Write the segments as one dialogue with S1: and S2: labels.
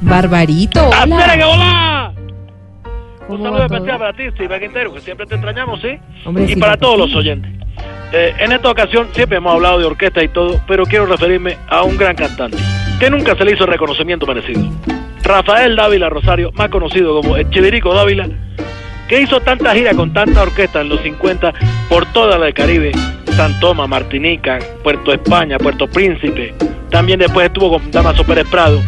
S1: Barbarito,
S2: ¡Espera ¡Ah, que
S1: hola.
S2: hola! Un
S1: ¿Cómo va
S2: saludo
S1: todo?
S2: especial para ti, Steve Quintero, que siempre te extrañamos, ¿sí?
S1: Hombre,
S2: y
S1: sí,
S2: para
S1: papi.
S2: todos los oyentes. Eh, en esta ocasión siempre hemos hablado de orquesta y todo, pero quiero referirme a un gran cantante que nunca se le hizo el reconocimiento merecido. Rafael Dávila Rosario, más conocido como el Chivirico Dávila, que hizo tanta gira con tanta orquesta en los 50 por toda la del Caribe, San Tomás, Martinica, Puerto España, Puerto Príncipe. También después estuvo con Damaso Pérez Prado,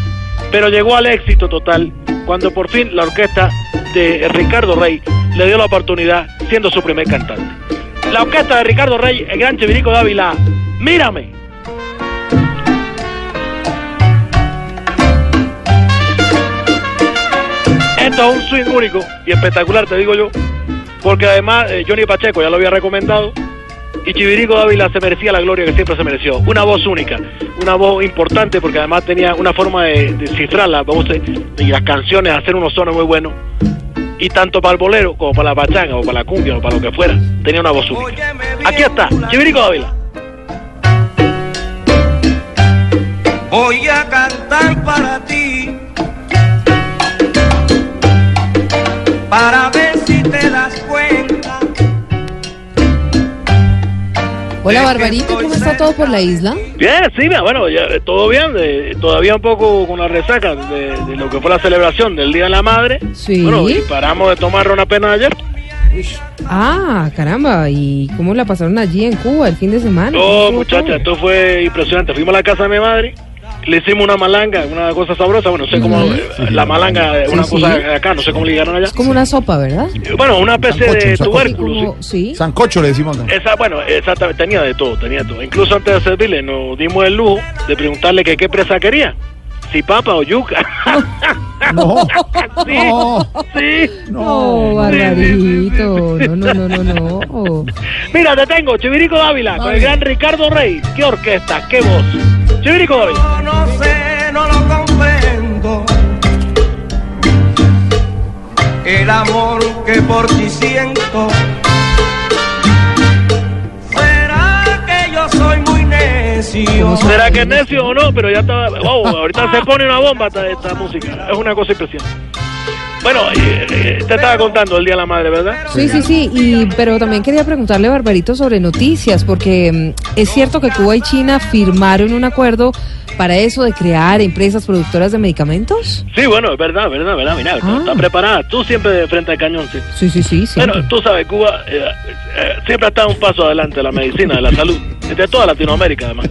S2: pero llegó al éxito total cuando por fin la orquesta de Ricardo Rey le dio la oportunidad siendo su primer cantante. La orquesta de Ricardo Rey, el gran Chivirico Dávila, mírame. Esto es un swing único y espectacular, te digo yo, porque además eh, Johnny Pacheco ya lo había recomendado y Chivirico Dávila se merecía la gloria que siempre se mereció. Una voz única, una voz importante porque además tenía una forma de, de cifrar las voces y las canciones, hacer unos sones muy buenos. Y tanto para el bolero como para la pachanga o para la cumbia o para lo que fuera, tenía una voz única. Aquí está, Chivirico Dávila.
S3: Voy a cantar para ti, para ver si te das cuenta.
S1: Hola, Barbarito, ¿cómo está todo por la isla?
S2: Bien, sí, mira, bueno, ya, eh, todo bien, eh, todavía un poco con la resaca de, de lo que fue la celebración del Día de la Madre.
S1: Sí.
S2: Bueno, y paramos de tomar una pena ayer.
S1: Ah, caramba, ¿y cómo la pasaron allí en Cuba el fin de semana?
S2: No,
S1: ¿Cómo estuvo
S2: muchacha,
S1: todo?
S2: esto fue impresionante. Fuimos a la casa de mi madre, le hicimos una malanga, una cosa sabrosa. Bueno, no sé cómo,
S1: Ujú.
S2: eh, la malanga, eh,
S1: Sí,
S2: una
S1: sí.
S2: cosa acá, no sé cómo le llegaron allá.
S1: Es como una sopa, ¿verdad?
S2: Eh, Bueno, una especie
S4: sancocho,
S2: de
S4: un sancocho.
S2: tubérculo, sí.
S1: Como- sí.
S4: Sancocho le decimos acá.
S2: Esa, bueno, exactamente, tenía de todo, tenía de todo. Incluso antes de servirle nos dimos el lujo de preguntarle que qué presa quería, si papa o yuca.
S4: No.
S2: sí,
S1: Oh.
S4: No.
S2: sí.
S1: No, Barbarito, no, no, no, no, no.
S2: Mira, te tengo, Chivirico Dávila, con el gran Ricardo Rey. Qué orquesta, qué voz. Chivirico Dávila.
S3: Yo no sé, no lo comprendo. El amor que por ti siento. ¿Será que yo soy muy necio?
S2: ¿Será que es necio o no? Pero ya está. wow, ahorita se pone una bomba esta, esta música. Es una cosa impresionante. Bueno, eh, eh, te estaba contando el Día de la Madre, ¿verdad?
S1: Sí, sí, sí, y, pero también quería preguntarle, Barbarito, sobre noticias, porque mm, es cierto que Cuba y China firmaron un acuerdo para eso de crear empresas productoras de medicamentos.
S2: Sí, bueno, es verdad, verdad, verdad. Mira,
S1: Ah.
S2: está preparada. Tú siempre de frente al cañón, sí.
S1: Sí, sí, sí, sí.
S2: Bueno, tú sabes, Cuba eh, eh, siempre ha estado un paso adelante de la medicina, de la salud, de toda Latinoamérica además.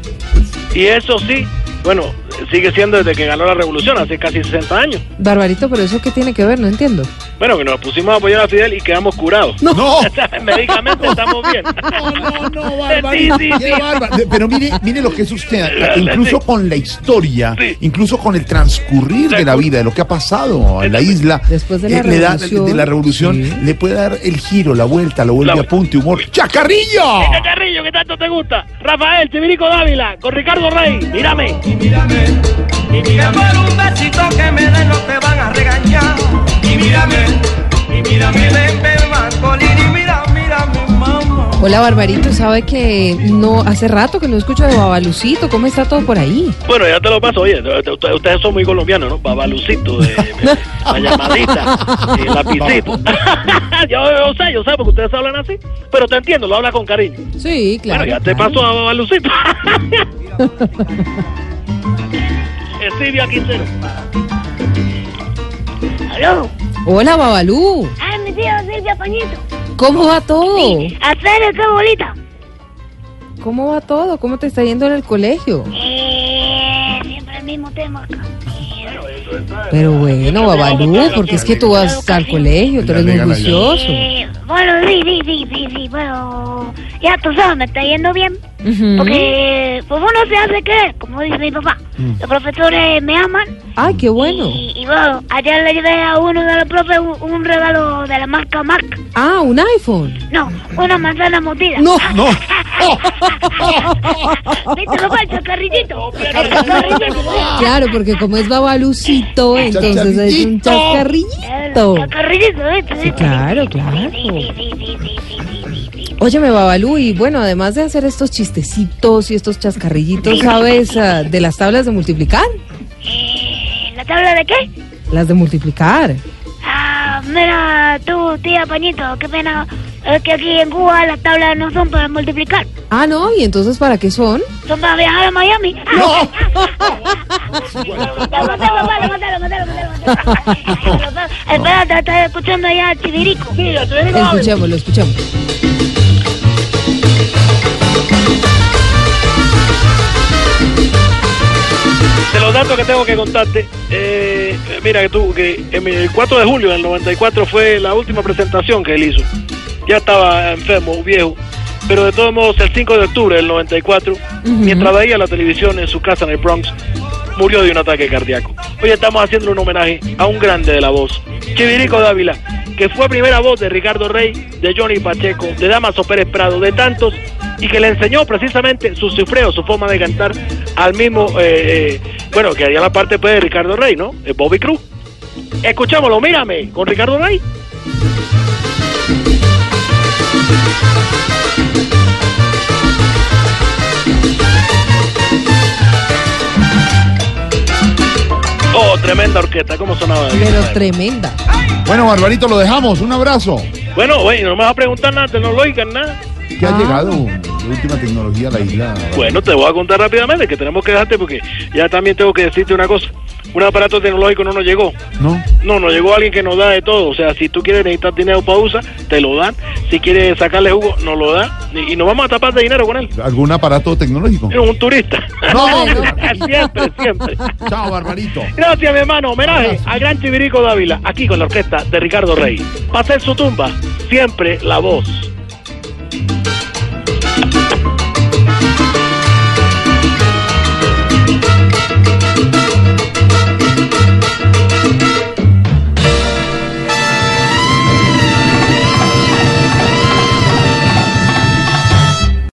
S2: Y eso sí, bueno, sigue siendo desde que ganó la revolución, hace casi 60 años.
S1: Barbarito, pero eso qué tiene que ver, no entiendo.
S2: Bueno, que nos pusimos a apoyar a Fidel y quedamos curados.
S4: No.
S2: Médicamente estamos bien.
S4: No, no, no,
S2: Sí,
S4: Barbarito.
S2: sí, sí.
S4: Qué bárbaro. De- Pero mire, mire lo que es usted, eh, incluso
S2: Sí.
S4: con la historia,
S2: Sí.
S4: incluso con el transcurrir de la vida, de lo que ha pasado en la isla,
S1: Después de la
S4: eh, le da-
S1: revolución.
S4: de la revolución,
S1: Sí.
S4: le puede dar el giro, la vuelta, lo vuelve
S2: La-
S4: a punto y humor. ¡Chacarrillo!
S2: Este Carrillo, que tanto te gusta. Rafael, Chivirico Dávila, con Ricardo Rey. Mírame.
S3: Y mírame, y mírame. Que por un besito que me den no te van a regañar. Y mírame, y mírame. Ven, ven, Marcolín, y mira, mira mi mamá.
S1: Hola, Barbarito, sabe que no hace rato que no escucho de Babalucito, ¿cómo está todo por ahí?
S2: Bueno, ya te lo paso. Oye, ustedes- ustedes son muy colombianos, ¿no? Babalucito, de, de- la llamadita, eh, lapicito. yo, yo sé, yo sé, porque ustedes hablan así. Pero te entiendo, lo hablas con cariño.
S1: Sí, claro.
S2: bueno, ya te
S1: claro.
S2: paso a Babalucito. Es Silvia Quintero. Adiós.
S1: Hola, Babalú,
S5: Ay, Ah, mi tío Silvia Pañito.
S1: ¿cómo va todo?
S5: Hacer esta bolita.
S1: ¿Cómo va todo? ¿Cómo te está yendo en el colegio?
S5: Eh, siempre el mismo tema acá. Eh,
S1: Pero bueno, Babalú, porque es que tú vas al colegio, tú eres muy juicioso.
S5: eh, bueno, sí, sí, sí, sí, sí, bueno. Ya tú sabes, me está yendo bien.
S1: Ujú.
S5: Porque pues uno se hace creer, como dice mi papá. Los profesores me aman.
S1: Ay, qué bueno.
S5: Y, y bueno, ayer le llevé a uno de los profes un, un regalo de la marca Mac.
S1: Ah, un iPhone.
S5: No, una manzana mordida.
S1: No.
S4: No.
S5: ¿Viste, papá, el chocarrillito?
S1: Claro, porque como es babalucito, entonces es un chascarrillito.
S5: Chocarrillito, ¿viste?
S1: Sí, claro, claro.
S5: Sí, sí, sí, sí, sí, sí, sí, sí.
S1: Óyeme, Babalú, y bueno, además de hacer estos chistecitos y estos chascarrillitos, ¿sabes ah, de las tablas de multiplicar?
S5: Eh, la ¿Tabla de qué?
S1: Las de multiplicar.
S5: Ah, mira, tú, tía Pañito, qué pena. Es que aquí en Cuba las tablas no son para multiplicar,
S1: Ah, no, ¿y entonces para qué son?
S5: son para viajar a Miami. Ah,
S4: No.
S5: Lo maté, papá, lo maté, lo maté, lo maté, lo maté. Papá, Espérate, estás escuchando allá a Chivirico. Sí, a Chivirico.
S1: Escuchemos, lo escuchamos.
S2: De los datos que tengo que contarte, eh, mira que tú, que en mi- el 4 de julio del 94 fue la última presentación que él hizo. Ya estaba enfermo, viejo. Pero de todos modos, el 5 de octubre del 94, mientras veía la televisión en su casa en el Bronx, murió de un ataque cardíaco. Hoy estamos haciendo un homenaje a un grande de la voz, Chivirico Dávila, que fue primera voz de Ricardo Rey, de Johnny Pacheco, de Damaso Pérez Prado, de tantos, y que le enseñó precisamente su cifreo, su forma de cantar al mismo, eh, eh, bueno, que haría la parte pues, de Ricardo Rey, ¿no? Eh, Bobby Cruz. Escuchémoslo, mírame, con Ricardo Rey. Oh, tremenda orquesta, ¿cómo sonaba?
S1: Pero tremenda.
S4: Bueno, Barbarito, lo dejamos. Un abrazo.
S2: Bueno, oye, no me vas a preguntar nada, no lo oigan nada.
S4: ¿Qué
S1: Ah.
S4: ha llegado de última tecnología a la isla?
S2: Bueno, te voy a contar rápidamente que tenemos que dejarte porque ya también tengo que decirte una cosa. Un aparato tecnológico no nos llegó.
S4: ¿No?
S2: No, nos llegó alguien que nos da de todo. O sea, si tú quieres necesitar dinero para usar, te lo dan. Si quieres sacarle jugo, nos lo dan. Y, y nos vamos a tapar de dinero con él.
S4: ¿Algún aparato tecnológico?
S2: Eres un turista.
S4: No, hombre.
S2: siempre, siempre.
S4: Chao, Barbarito.
S2: Gracias, mi hermano. Homenaje al gran Chivirico Dávila, aquí con la orquesta de Ricardo Rey. Para hacer su tumba, siempre la voz.